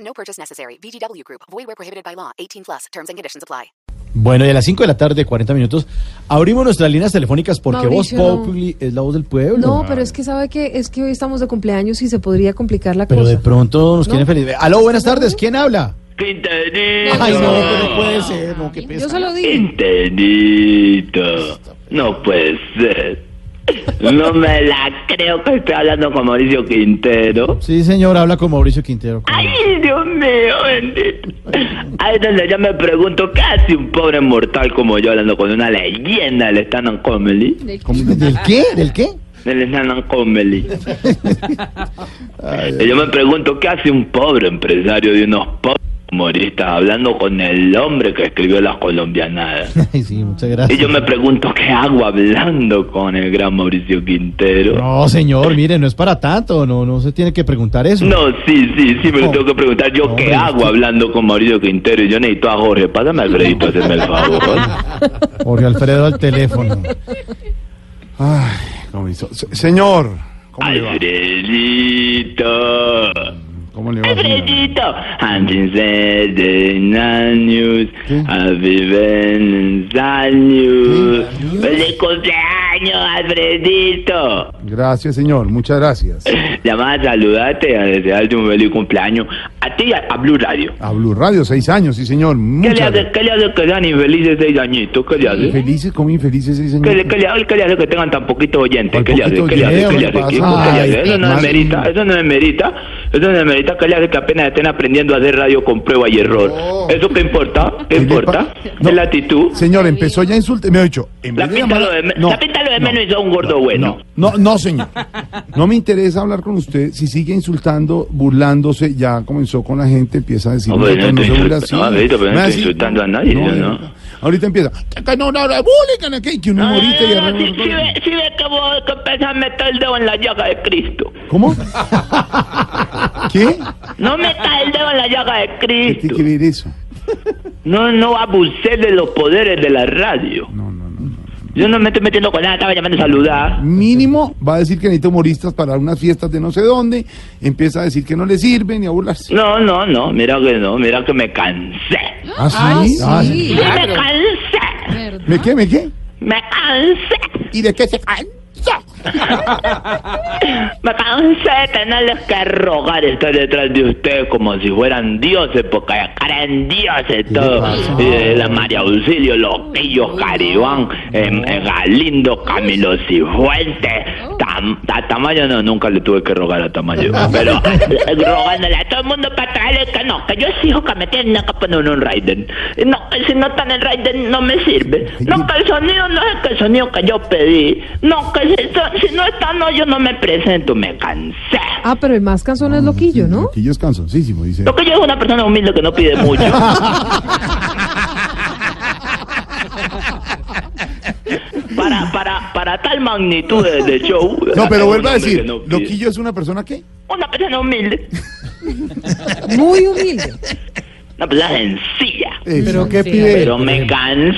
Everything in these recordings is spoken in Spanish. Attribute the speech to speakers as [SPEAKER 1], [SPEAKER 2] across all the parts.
[SPEAKER 1] No purchase necessary. VGW Group. Void where prohibited by law. 18 plus. Terms and conditions apply.
[SPEAKER 2] Bueno, y a las 5 de la tarde, 40 minutos, abrimos nuestras líneas telefónicas porque
[SPEAKER 3] Mauricio,
[SPEAKER 2] Voz
[SPEAKER 3] no.
[SPEAKER 2] Populi es la voz del pueblo. Ah.
[SPEAKER 3] No, pero es que sabe que es que hoy estamos de cumpleaños y se podría complicar la
[SPEAKER 2] Pero
[SPEAKER 3] cosa.
[SPEAKER 2] de pronto nos
[SPEAKER 3] No.
[SPEAKER 2] quieren feliz. Aló, buenas tardes, ¿quién habla?
[SPEAKER 4] Quintanito.
[SPEAKER 2] Ay, no, pero no puede ser, no, qué
[SPEAKER 3] Yo
[SPEAKER 2] pesar.
[SPEAKER 3] se lo digo.
[SPEAKER 4] Quintanito. No puede ser. No me la creo que estoy hablando con Mauricio Quintero.
[SPEAKER 2] Sí, señor, habla con Mauricio Quintero. ¿cómo?
[SPEAKER 4] Ay, Dios mío, bendito. Ahí es donde yo me pregunto, casi un pobre mortal como yo hablando con una leyenda del stand-up comedy?
[SPEAKER 2] ¿Cómo? ¿Del qué? ¿Del qué?
[SPEAKER 4] Del stand-up comedy. Y yo me pregunto, ¿qué hace un pobre empresario de unos pobres humoristas hablando con el hombre que escribió las colombianadas?
[SPEAKER 2] Ay, sí, muchas
[SPEAKER 4] Y
[SPEAKER 2] gracias.
[SPEAKER 4] yo me pregunto qué hago hablando con el gran Mauricio Quintero.
[SPEAKER 2] No, señor, mire, no es para tanto, no, no se tiene que preguntar eso.
[SPEAKER 4] No, sí, sí, sí, me lo
[SPEAKER 2] No.
[SPEAKER 4] tengo que preguntar yo
[SPEAKER 2] No,
[SPEAKER 4] qué
[SPEAKER 2] hombre,
[SPEAKER 4] hago
[SPEAKER 2] usted-
[SPEAKER 4] hablando con Mauricio Quintero. Y yo necesito a Jorge, pásame al crédito, hazme el favor.
[SPEAKER 2] Jorge Alfredo al teléfono.
[SPEAKER 5] Ay, comenzó. Se- señor, ¿cómo le va?
[SPEAKER 4] Alfredito.
[SPEAKER 5] ¿Cómo le va? señora?
[SPEAKER 4] Alfredito. Antes de años,
[SPEAKER 5] ¿Qué?
[SPEAKER 4] a vivir años. Feliz cumpleaños, Alfredito.
[SPEAKER 5] Gracias, señor. Muchas gracias.
[SPEAKER 4] Llamaba a saludarte, a desearte un feliz cumpleaños a ti y a a Blue Radio.
[SPEAKER 5] A Blue Radio, seis años, sí, señor.
[SPEAKER 4] ¿Qué
[SPEAKER 5] Muchas
[SPEAKER 4] le hace,
[SPEAKER 5] gracias.
[SPEAKER 4] qué le hace que sean infelices seis añitos? ¿Qué le hace?
[SPEAKER 5] Infelices, como infelices, sí,
[SPEAKER 4] ¿Qué le,
[SPEAKER 5] señor.
[SPEAKER 4] qué le hace, qué le hace que tengan tan poquito oyentes?
[SPEAKER 5] ¿Cuál
[SPEAKER 4] ¿Qué le hace?
[SPEAKER 5] poquito
[SPEAKER 4] ¿Qué le hace? ¿Qué le hace?
[SPEAKER 5] oyente?
[SPEAKER 4] ¿Qué- qué
[SPEAKER 5] Ay,
[SPEAKER 4] le hace? Eso no
[SPEAKER 5] madre.
[SPEAKER 4] demerita, eso no demerita, eso no demerita. ¿Qué le hace que apenas estén aprendiendo a hacer radio con prueba y error?
[SPEAKER 5] No.
[SPEAKER 4] ¿Eso qué importa? ¿Qué
[SPEAKER 5] ¿Qué le
[SPEAKER 4] importa?
[SPEAKER 5] pa-
[SPEAKER 4] ¿Es
[SPEAKER 5] No.
[SPEAKER 4] la actitud?
[SPEAKER 5] Señor, empezó ya a insultar. Me ha dicho, en
[SPEAKER 4] La
[SPEAKER 5] vez de
[SPEAKER 4] pinta
[SPEAKER 5] llamar
[SPEAKER 4] lo
[SPEAKER 5] a-
[SPEAKER 4] de, me-
[SPEAKER 5] No,
[SPEAKER 4] la pinta lo de
[SPEAKER 5] no,
[SPEAKER 4] menos y sos un gordo bueno.
[SPEAKER 5] No, no, no, señor. No me interesa hablar con usted. Si sigue insultando, burlándose, ya comenzó con la gente, empieza a decir.
[SPEAKER 4] No, pero yo no
[SPEAKER 5] "No,
[SPEAKER 4] te
[SPEAKER 5] se
[SPEAKER 4] insulto-
[SPEAKER 5] burla así".
[SPEAKER 4] no, Alfredito, pero yo no
[SPEAKER 5] Me va
[SPEAKER 4] estoy
[SPEAKER 5] decir-
[SPEAKER 4] insultando a nadie, yo no.
[SPEAKER 5] Ahorita empieza. "Que No, no, no, bullying, que- que un
[SPEAKER 4] No, no,
[SPEAKER 5] humorista y
[SPEAKER 4] no, no,
[SPEAKER 5] arregla-
[SPEAKER 4] Si si ve si ve que vos que empezás a meter el dedo en la llaga de Cristo.
[SPEAKER 5] ¿Cómo? ¿Qué?
[SPEAKER 4] No metas el dedo en la llaga de
[SPEAKER 5] ¿Qué
[SPEAKER 4] Cristo.
[SPEAKER 5] tiene que ver eso?
[SPEAKER 4] No, no abusé de los poderes de la radio.
[SPEAKER 5] No, no, no. no.
[SPEAKER 4] Yo no me estoy metiendo con nada, estaba llamando a saludar.
[SPEAKER 5] Mínimo va a decir que necesita humoristas para unas fiestas de no sé dónde. Empieza a decir que no le sirven y a burlarse.
[SPEAKER 4] No, no, no, mira que no, mira que me cansé.
[SPEAKER 5] ¿Ah, sí?
[SPEAKER 3] Ah, sí.
[SPEAKER 4] Sí, me cansé,
[SPEAKER 5] ¿Me qué? ¿Me qué?
[SPEAKER 4] me cansé,
[SPEAKER 5] ¿Y de qué se caen?
[SPEAKER 4] me cansé de tenerles que rogar estar detrás de ustedes como si fueran dioses, porque eran dioses todos.
[SPEAKER 5] pasa?
[SPEAKER 4] Eh, la María Auxilio, Loquillo, Caribán, em, eh, Galindo, Camilo Cifuentes, Tam- a Tamayo no, nunca le tuve que rogar a Tamayo, pero eh, rogándole a todo el mundo para traerle que no, que yo exijo que me tienen que poner un Raiden. Y No, que si no están en Raiden no me sirve. No, que el sonido no es el que sonido que yo pedí. No, que si, so- si no están, no, yo no me presento, me cansé.
[SPEAKER 3] Ah, pero el más cansón es Loquillo, ¿no?
[SPEAKER 5] Loquillo es cansoncísimo, dice.
[SPEAKER 4] Lo que yo es una persona humilde que no pide mucho. Para, para, para tal magnitud de, de show.
[SPEAKER 5] No, pero vuelva a
[SPEAKER 4] un hombre
[SPEAKER 5] decir,
[SPEAKER 4] que no pide.
[SPEAKER 5] ¿Loquillo es una persona qué?
[SPEAKER 4] Una persona humilde.
[SPEAKER 3] Muy humilde.
[SPEAKER 4] Una persona pues, sencilla.
[SPEAKER 5] Pero
[SPEAKER 2] qué
[SPEAKER 4] Pero me cansé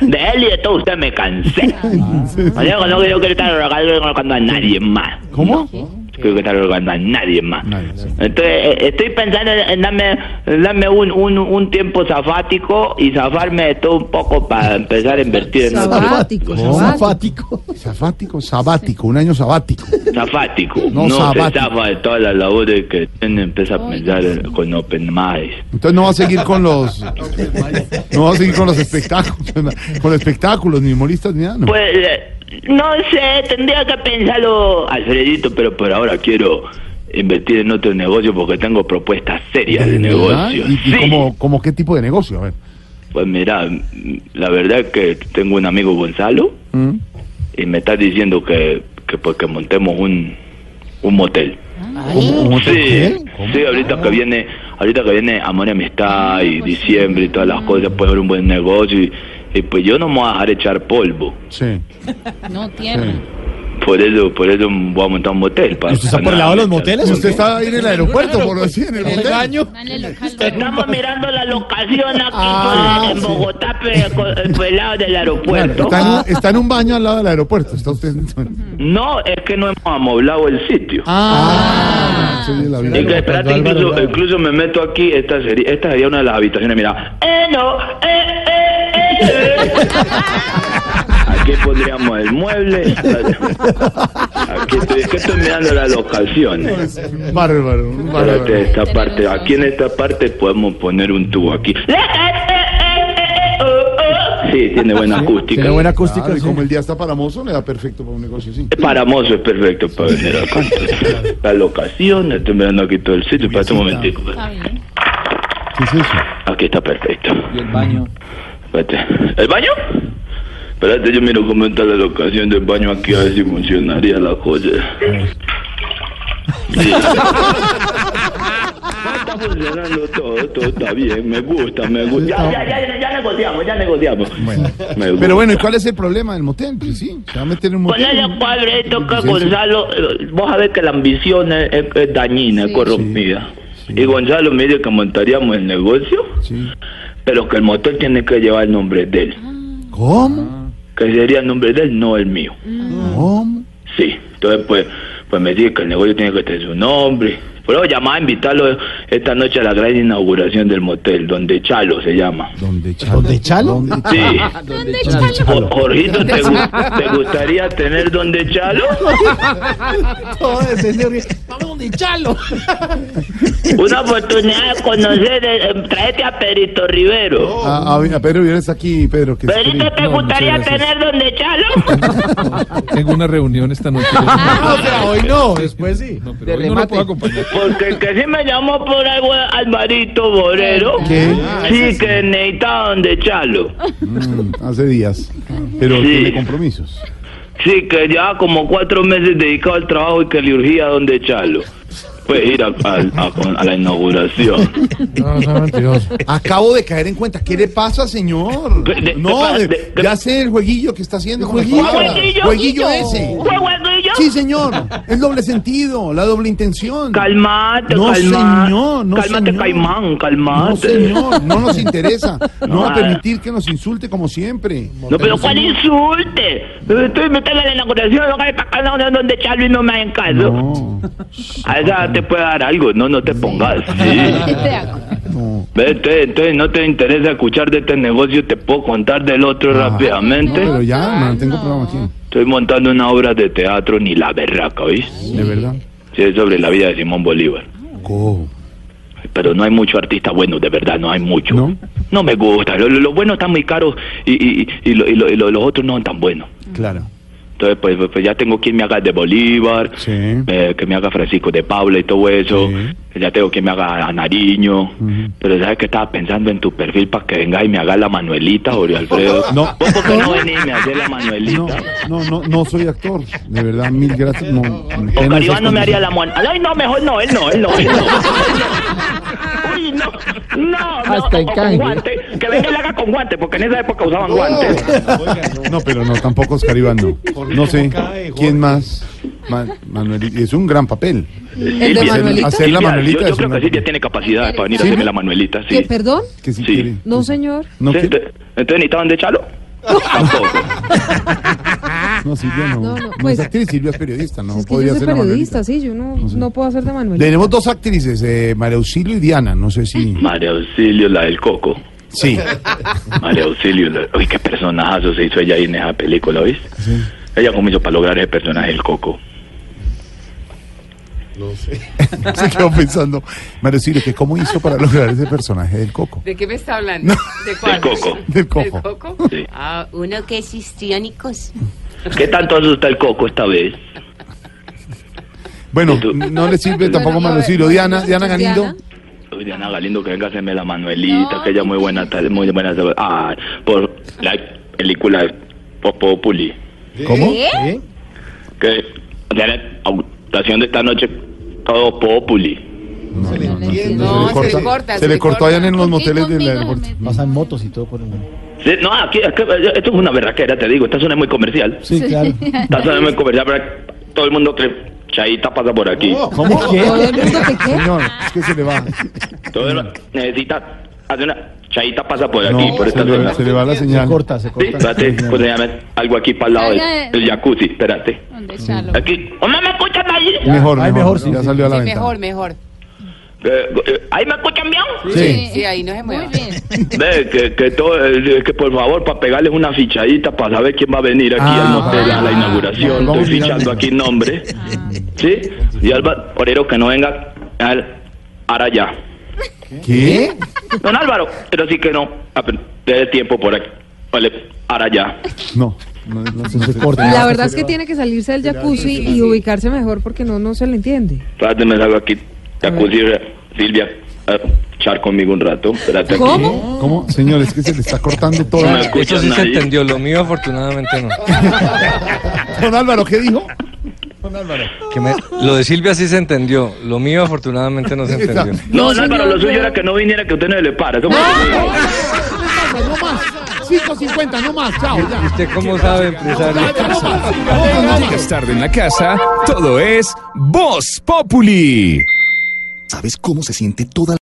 [SPEAKER 4] de él y de todo usted me cansé. No digo, no quiero estar rogando a nadie más.
[SPEAKER 5] ¿Cómo?
[SPEAKER 4] Quiero estar rogando a nadie más.
[SPEAKER 5] Nadie, sí.
[SPEAKER 4] Entonces, eh, estoy pensando en en darme, en darme un, un, un tiempo zafático y zafarme de todo un poco para empezar a invertir en otro
[SPEAKER 3] Sabático, sabático.
[SPEAKER 2] Zafático.
[SPEAKER 5] Sabático, sabático, un año sabático.
[SPEAKER 4] zafático.
[SPEAKER 5] No,
[SPEAKER 4] No, se
[SPEAKER 5] sabático.
[SPEAKER 4] zafa de todas las labores que tiene, empieza a pensar en- con Open Minds.
[SPEAKER 5] Entonces no va a seguir con los no va a seguir con los espectáculos, con los espectáculos ni humoristas ni nada. no.
[SPEAKER 4] Pues eh, no sé, tendría que pensarlo, Alfredito, pero por ahora quiero invertir en otro negocio porque tengo propuestas serias de
[SPEAKER 5] ¿Verdad?
[SPEAKER 4] negocio.
[SPEAKER 5] ¿Y, y
[SPEAKER 4] Sí.
[SPEAKER 5] como, como qué tipo de negocio? A ver.
[SPEAKER 4] Pues mira, mm, la verdad es que tengo un amigo Gonzalo
[SPEAKER 5] Mm.
[SPEAKER 4] y me está diciendo que, que porque montemos un, un motel.
[SPEAKER 5] ¿Cómo- cómo te-
[SPEAKER 4] Sí,
[SPEAKER 5] qué?
[SPEAKER 4] sí, ahorita que viene, ahorita que viene amor y amistad y diciembre y todas las cosas, puede haber un buen negocio y, y pues yo no me voy a dejar echar polvo.
[SPEAKER 5] Sí.
[SPEAKER 6] No, tierno.
[SPEAKER 4] Por eso, por eso voy a montar un motel. Para,
[SPEAKER 2] ¿Usted está por el lado de los moteles?
[SPEAKER 5] Usted está ahí en el aeropuerto, por decir, en el
[SPEAKER 2] ¿En el
[SPEAKER 5] hotel.
[SPEAKER 2] baño?
[SPEAKER 6] Dale local.
[SPEAKER 4] Estamos mirando la locación aquí
[SPEAKER 2] Ah,
[SPEAKER 4] con- en
[SPEAKER 2] sí.
[SPEAKER 4] Bogotá, pues, eh, pe- con- por el lado del aeropuerto.
[SPEAKER 5] Está en, un, está en un baño al lado del aeropuerto. Está usted.
[SPEAKER 4] No, es que no hemos amoblado el sitio.
[SPEAKER 5] Ah, sí, la vida.
[SPEAKER 4] Y que, espérate, incluso, incluso me meto aquí, esta sería, esta sería una de las habitaciones, mira. Eh, no, eh, eh, eh, eh. Aquí pondríamos el mueble. Aquí estoy, es que estoy mirando las locaciones.
[SPEAKER 5] Bárbaro,
[SPEAKER 4] Espérate,
[SPEAKER 5] bárbaro.
[SPEAKER 4] esta parte, aquí en esta parte podemos poner un tubo aquí.
[SPEAKER 2] Eh,
[SPEAKER 4] Sí, tiene buena acústica.
[SPEAKER 2] oh, Tiene buena acústica.
[SPEAKER 5] Claro, y
[SPEAKER 2] sí.
[SPEAKER 5] como el día está para mozo, le da perfecto para un negocio así.
[SPEAKER 4] Para mozo es perfecto para venir acá. La locación, estoy mirando aquí todo el sitio. Espérate un momentico.
[SPEAKER 6] Está bien.
[SPEAKER 5] ¿Qué es eso?
[SPEAKER 4] Aquí está perfecto.
[SPEAKER 7] el baño.
[SPEAKER 4] Espérate. ¿El baño? Espérate, yo miro cómo está la locación del baño aquí, a ver si funcionaría la cosa. Sí. Está funcionando todo, todo está bien, me gusta, me gusta. Ya, ya, ya, ya negociamos, ya negociamos. Me gusta.
[SPEAKER 5] Pero bueno, ¿y cuál es el problema del motel? Pues sí, se va a meter en un
[SPEAKER 4] Con
[SPEAKER 5] motel.
[SPEAKER 4] ese cuadro esto que Gonzalo, eh, vos sabés que la ambición es, es- es dañina, es corrompida. Y Gonzalo me dice que montaríamos el negocio,
[SPEAKER 5] Sí.
[SPEAKER 4] pero que el motor tiene que llevar el nombre de él.
[SPEAKER 5] ¿Cómo?
[SPEAKER 4] Que sería el nombre de él, no el mío.
[SPEAKER 5] ¿Cómo?
[SPEAKER 4] Sí, entonces pues, pues me dice que el negocio tiene que tener su nombre. Pero llamaba a invitarlo esta noche a la gran inauguración del motel, donde Chalo se llama.
[SPEAKER 5] ¿Dónde Chalo?
[SPEAKER 2] ¿Dónde Chalo?
[SPEAKER 4] Sí.
[SPEAKER 6] ¿Dónde está la-
[SPEAKER 4] Jo- Jorgito, ¿te, gu- te gustaría tener donde Chalo?
[SPEAKER 2] Todo ese señor. Vamos donde Chalo.
[SPEAKER 4] Una oportunidad de conocer, eh, eh, traete a Perito Rivero.
[SPEAKER 5] A, a, a Ah, Pedro Viveres aquí, Pedro. Que es
[SPEAKER 4] Perito, ¿te
[SPEAKER 5] Pedro.
[SPEAKER 4] gustaría tener donde Chalo?
[SPEAKER 7] Tengo una reunión esta noche.
[SPEAKER 2] Ah, o sea, hoy no, después sí.
[SPEAKER 7] No, pero hoy no lo puedo acompañar.
[SPEAKER 4] Porque el que sí me llamó por algo es Alvarito Borero.
[SPEAKER 5] ¿Qué?
[SPEAKER 4] Sí, que necesitaba donde Chalo.
[SPEAKER 5] Mm, hace días. Pero
[SPEAKER 4] Sí.
[SPEAKER 5] tiene compromisos.
[SPEAKER 4] Sí, que lleva como cuatro meses dedicado al trabajo y que le urgía donde echarlo. Pues ir a, a- a- a la inauguración.
[SPEAKER 5] No, no, mentiroso. Acabo de caer en cuenta. ¿Qué le pasa, señor?
[SPEAKER 4] De- de-
[SPEAKER 5] no,
[SPEAKER 4] de-
[SPEAKER 5] de-
[SPEAKER 4] de-
[SPEAKER 5] ya sé el jueguillo que está haciendo. con las
[SPEAKER 2] Jueguillo.
[SPEAKER 5] palabras.
[SPEAKER 4] Jueguillo.
[SPEAKER 5] Jueguillo ese.
[SPEAKER 4] Pues, bueno, ¿y yo?
[SPEAKER 5] Sí, señor. El doble sentido, la doble intención.
[SPEAKER 4] Calmate,
[SPEAKER 5] No,
[SPEAKER 4] calmate.
[SPEAKER 5] señor, no,
[SPEAKER 4] cálmate,
[SPEAKER 5] señor.
[SPEAKER 4] Caimán,
[SPEAKER 5] No,
[SPEAKER 4] calmate. No,
[SPEAKER 5] señor, no nos interesa. No va a
[SPEAKER 4] Ah.
[SPEAKER 5] permitir que nos insulte como siempre.
[SPEAKER 4] pero ¿cuál insulte? Estoy metida en la inauguración, no cae para acá, no, no, donde echarlo y no me hagan caso.
[SPEAKER 5] No,
[SPEAKER 4] A esa te puede dar algo, no, no te pongas. Sí.
[SPEAKER 6] De acuerdo.
[SPEAKER 5] no.
[SPEAKER 4] Ve, Entonces, entonces no te interesa escuchar de este negocio, te puedo contar del otro
[SPEAKER 5] Ah,
[SPEAKER 4] rápidamente.
[SPEAKER 5] Pero ya, no tengo programa aquí.
[SPEAKER 4] Estoy montando una obra de teatro ni la berraca, ¿oís?
[SPEAKER 5] De verdad.
[SPEAKER 4] Sí, es sobre la vida de Simón Bolívar.
[SPEAKER 5] ¿Cómo?
[SPEAKER 4] Pero no hay mucho artista bueno, de verdad, no hay mucho.
[SPEAKER 5] ¿No?
[SPEAKER 4] No me gusta. Lo- lo- Los buenos están muy caros y, y, y, lo- y lo- y lo- los otros no son tan buenos.
[SPEAKER 5] Claro.
[SPEAKER 4] Entonces, pues, pues, pues ya tengo quien me haga de Bolívar,
[SPEAKER 5] Sí.
[SPEAKER 4] eh, que me haga Francisco de Paula y todo eso. Ya tengo quien me haga a Nariño. Pero sabes que estaba pensando en tu perfil para que vengas y me hagas la Manuelita, Jorge Alfredo.
[SPEAKER 5] No.
[SPEAKER 4] ¿Vos por qué no venís y me haces la Manuelita?
[SPEAKER 5] No, no, no, no soy actor. De verdad, mil gracias. No, pena
[SPEAKER 4] O
[SPEAKER 5] esas
[SPEAKER 4] Caribán no me
[SPEAKER 5] cosas.
[SPEAKER 4] haría la muerte. Ay, no, mejor no, él no, él no, él no. Uy, no, no, no.
[SPEAKER 7] Hasta
[SPEAKER 4] o-
[SPEAKER 7] en
[SPEAKER 4] o
[SPEAKER 7] canje.
[SPEAKER 4] con guante. Que venga y le haga con guante, porque en esa época usaban guantes.
[SPEAKER 5] No, pero no, tampoco Oscar Iván, no. No sé. ¿Quién más? Ma- Manuel, y es un gran papel.
[SPEAKER 3] El de Manuelita.
[SPEAKER 5] Hacer la
[SPEAKER 4] Silvia,
[SPEAKER 5] Manuelita
[SPEAKER 4] Yo,
[SPEAKER 5] es
[SPEAKER 4] yo creo
[SPEAKER 5] una-
[SPEAKER 4] que Silvia tiene capacidad para venir a
[SPEAKER 5] ¿Sí?
[SPEAKER 4] hacerme la Manuelita,
[SPEAKER 3] ¿Qué,
[SPEAKER 4] sí.
[SPEAKER 3] perdón?
[SPEAKER 5] Que si
[SPEAKER 4] Sí.
[SPEAKER 5] quiere. Pues,
[SPEAKER 3] No, señor.
[SPEAKER 5] No,
[SPEAKER 4] Sí,
[SPEAKER 5] que-
[SPEAKER 4] ent- Entonces necesitaban de Chalo. Tampoco.
[SPEAKER 5] no, Silvia
[SPEAKER 3] No,
[SPEAKER 5] no.
[SPEAKER 3] no,
[SPEAKER 5] No,
[SPEAKER 3] pues-
[SPEAKER 5] es actriz, Silvia es periodista. No
[SPEAKER 3] Si es que
[SPEAKER 5] podría
[SPEAKER 3] yo soy
[SPEAKER 5] ser la Manuelita.
[SPEAKER 3] periodista, sí, yo no,
[SPEAKER 5] sé.
[SPEAKER 3] no puedo hacer de Manuelita.
[SPEAKER 5] Tenemos dos actrices, eh, María Auxilio y Diana. No sé si.
[SPEAKER 4] María Auxilio, la del Coco.
[SPEAKER 5] Sí.
[SPEAKER 4] María Auxilio, la- uy, qué personajazo se hizo ella ahí en esa película, ¿viste?
[SPEAKER 5] Sí.
[SPEAKER 4] Ella cómo hizo para lograr ese personaje, el Coco.
[SPEAKER 5] Se quedó pensando, Mario Silvio, que cómo hizo para lograr ese personaje del coco.
[SPEAKER 8] ¿De qué me está hablando? ¿De
[SPEAKER 4] El
[SPEAKER 8] cuál?
[SPEAKER 4] Coco.
[SPEAKER 5] Del
[SPEAKER 8] ¿Del
[SPEAKER 5] coco.
[SPEAKER 8] coco?
[SPEAKER 4] Sí.
[SPEAKER 8] Ah, uno que es histriónicos.
[SPEAKER 4] ¿Qué tanto asusta el Coco esta vez?
[SPEAKER 5] Bueno,
[SPEAKER 4] ¿Y tú?
[SPEAKER 5] no le sirve tampoco
[SPEAKER 3] Bueno, eh,
[SPEAKER 5] Mario Silvio.
[SPEAKER 3] bueno,
[SPEAKER 5] Diana, Diana Galindo.
[SPEAKER 3] Diana.
[SPEAKER 4] Uy, Diana Galindo, que venga a hacerme la Manuelita, que ella muy buena, tal, muy buena. Ah, por la película Popopuli.
[SPEAKER 5] ¿Cómo?
[SPEAKER 2] ¿Eh?
[SPEAKER 4] Que de la actuación de esta noche, todo Populi.
[SPEAKER 7] se le entiende.
[SPEAKER 8] No, se
[SPEAKER 5] corta-
[SPEAKER 8] le corta.
[SPEAKER 5] se le cortó allá en los
[SPEAKER 6] ¿Por qué
[SPEAKER 5] moteles del
[SPEAKER 6] conmigo la
[SPEAKER 5] aeropuerto.
[SPEAKER 6] meten?
[SPEAKER 2] Pasan motos y todo por el
[SPEAKER 4] Sí, no, aquí, es que, eh, esto es una berraquera, te digo. Esta zona es muy comercial.
[SPEAKER 2] Sí, claro.
[SPEAKER 4] Esta zona es muy comercial. pero Todo el mundo cree. Chaita pasa por aquí.
[SPEAKER 2] ¿Cómo
[SPEAKER 3] Todo
[SPEAKER 2] que?
[SPEAKER 3] el mundo que qué.
[SPEAKER 5] Señor, es que se le va.
[SPEAKER 4] Todo el- necesita. Hace una. Chaita pasa por aquí,
[SPEAKER 5] No,
[SPEAKER 4] por
[SPEAKER 5] se
[SPEAKER 4] esta zona.
[SPEAKER 5] le, se le va la
[SPEAKER 2] Se
[SPEAKER 5] señal.
[SPEAKER 2] corta, se
[SPEAKER 4] Sí,
[SPEAKER 2] corta.
[SPEAKER 4] espérate, pues déjame algo aquí para el lado del,
[SPEAKER 6] Ay, ay.
[SPEAKER 4] del jacuzzi, espérate.
[SPEAKER 6] ¿Dónde Chalo?
[SPEAKER 4] Aquí, ¡Oh, no me escuchan ahí!
[SPEAKER 5] Mejor,
[SPEAKER 2] Ay,
[SPEAKER 5] mejor,
[SPEAKER 2] mejor, sí,
[SPEAKER 5] ya
[SPEAKER 2] sí.
[SPEAKER 5] salió a la
[SPEAKER 8] Sí,
[SPEAKER 5] ventana.
[SPEAKER 8] mejor, mejor.
[SPEAKER 4] Eh, eh, ¿Ahí me escuchan bien?
[SPEAKER 5] Sí.
[SPEAKER 8] Sí, ahí no se
[SPEAKER 6] Muy
[SPEAKER 8] mueve.
[SPEAKER 6] bien.
[SPEAKER 5] Este
[SPEAKER 4] Ve, que, que, todo, eh, que por favor, para pegarles una fichadita, para saber quién va a venir aquí
[SPEAKER 5] Ah,
[SPEAKER 4] al motel a la
[SPEAKER 5] ah,
[SPEAKER 4] inauguración.
[SPEAKER 5] vamos
[SPEAKER 4] Estoy
[SPEAKER 5] mirando.
[SPEAKER 4] fichando aquí nombre. ¿Sí? Y al Orero que no venga al Araya.
[SPEAKER 5] ¿Qué?
[SPEAKER 4] Don Álvaro, pero sí que no. Ah, pero Dele tiempo por aquí. Vale, Araya.
[SPEAKER 5] No, no, no se,
[SPEAKER 2] Se corta.
[SPEAKER 3] Y la verdad es que tiene que salirse del jacuzzi y ubicarse mejor porque no, no se le entiende.
[SPEAKER 4] Espérate, me salgo aquí. Jacuzzi, eh, Silvia, a char conmigo un rato. Espérate aquí.
[SPEAKER 3] ¿Cómo?
[SPEAKER 5] ¿Cómo? Señor, es que se le está cortando todo.
[SPEAKER 4] No me escuchas nadie.
[SPEAKER 7] lo mío afortunadamente no.
[SPEAKER 5] Don Álvaro, ¿qué dijo?
[SPEAKER 7] lo de Silvia sí se entendió, lo mío afortunadamente no se entendió.
[SPEAKER 4] No, no, pero lo suyo era que no viniera, que usted no le para. Eso fue lo que dijo.
[SPEAKER 5] 5.50, no más, chao, ya.
[SPEAKER 7] ¿Usted cómo sabe, empresario?
[SPEAKER 9] Llegas tarde en la casa, todo es Voz Populi.
[SPEAKER 10] ¿Sabes cómo se siente toda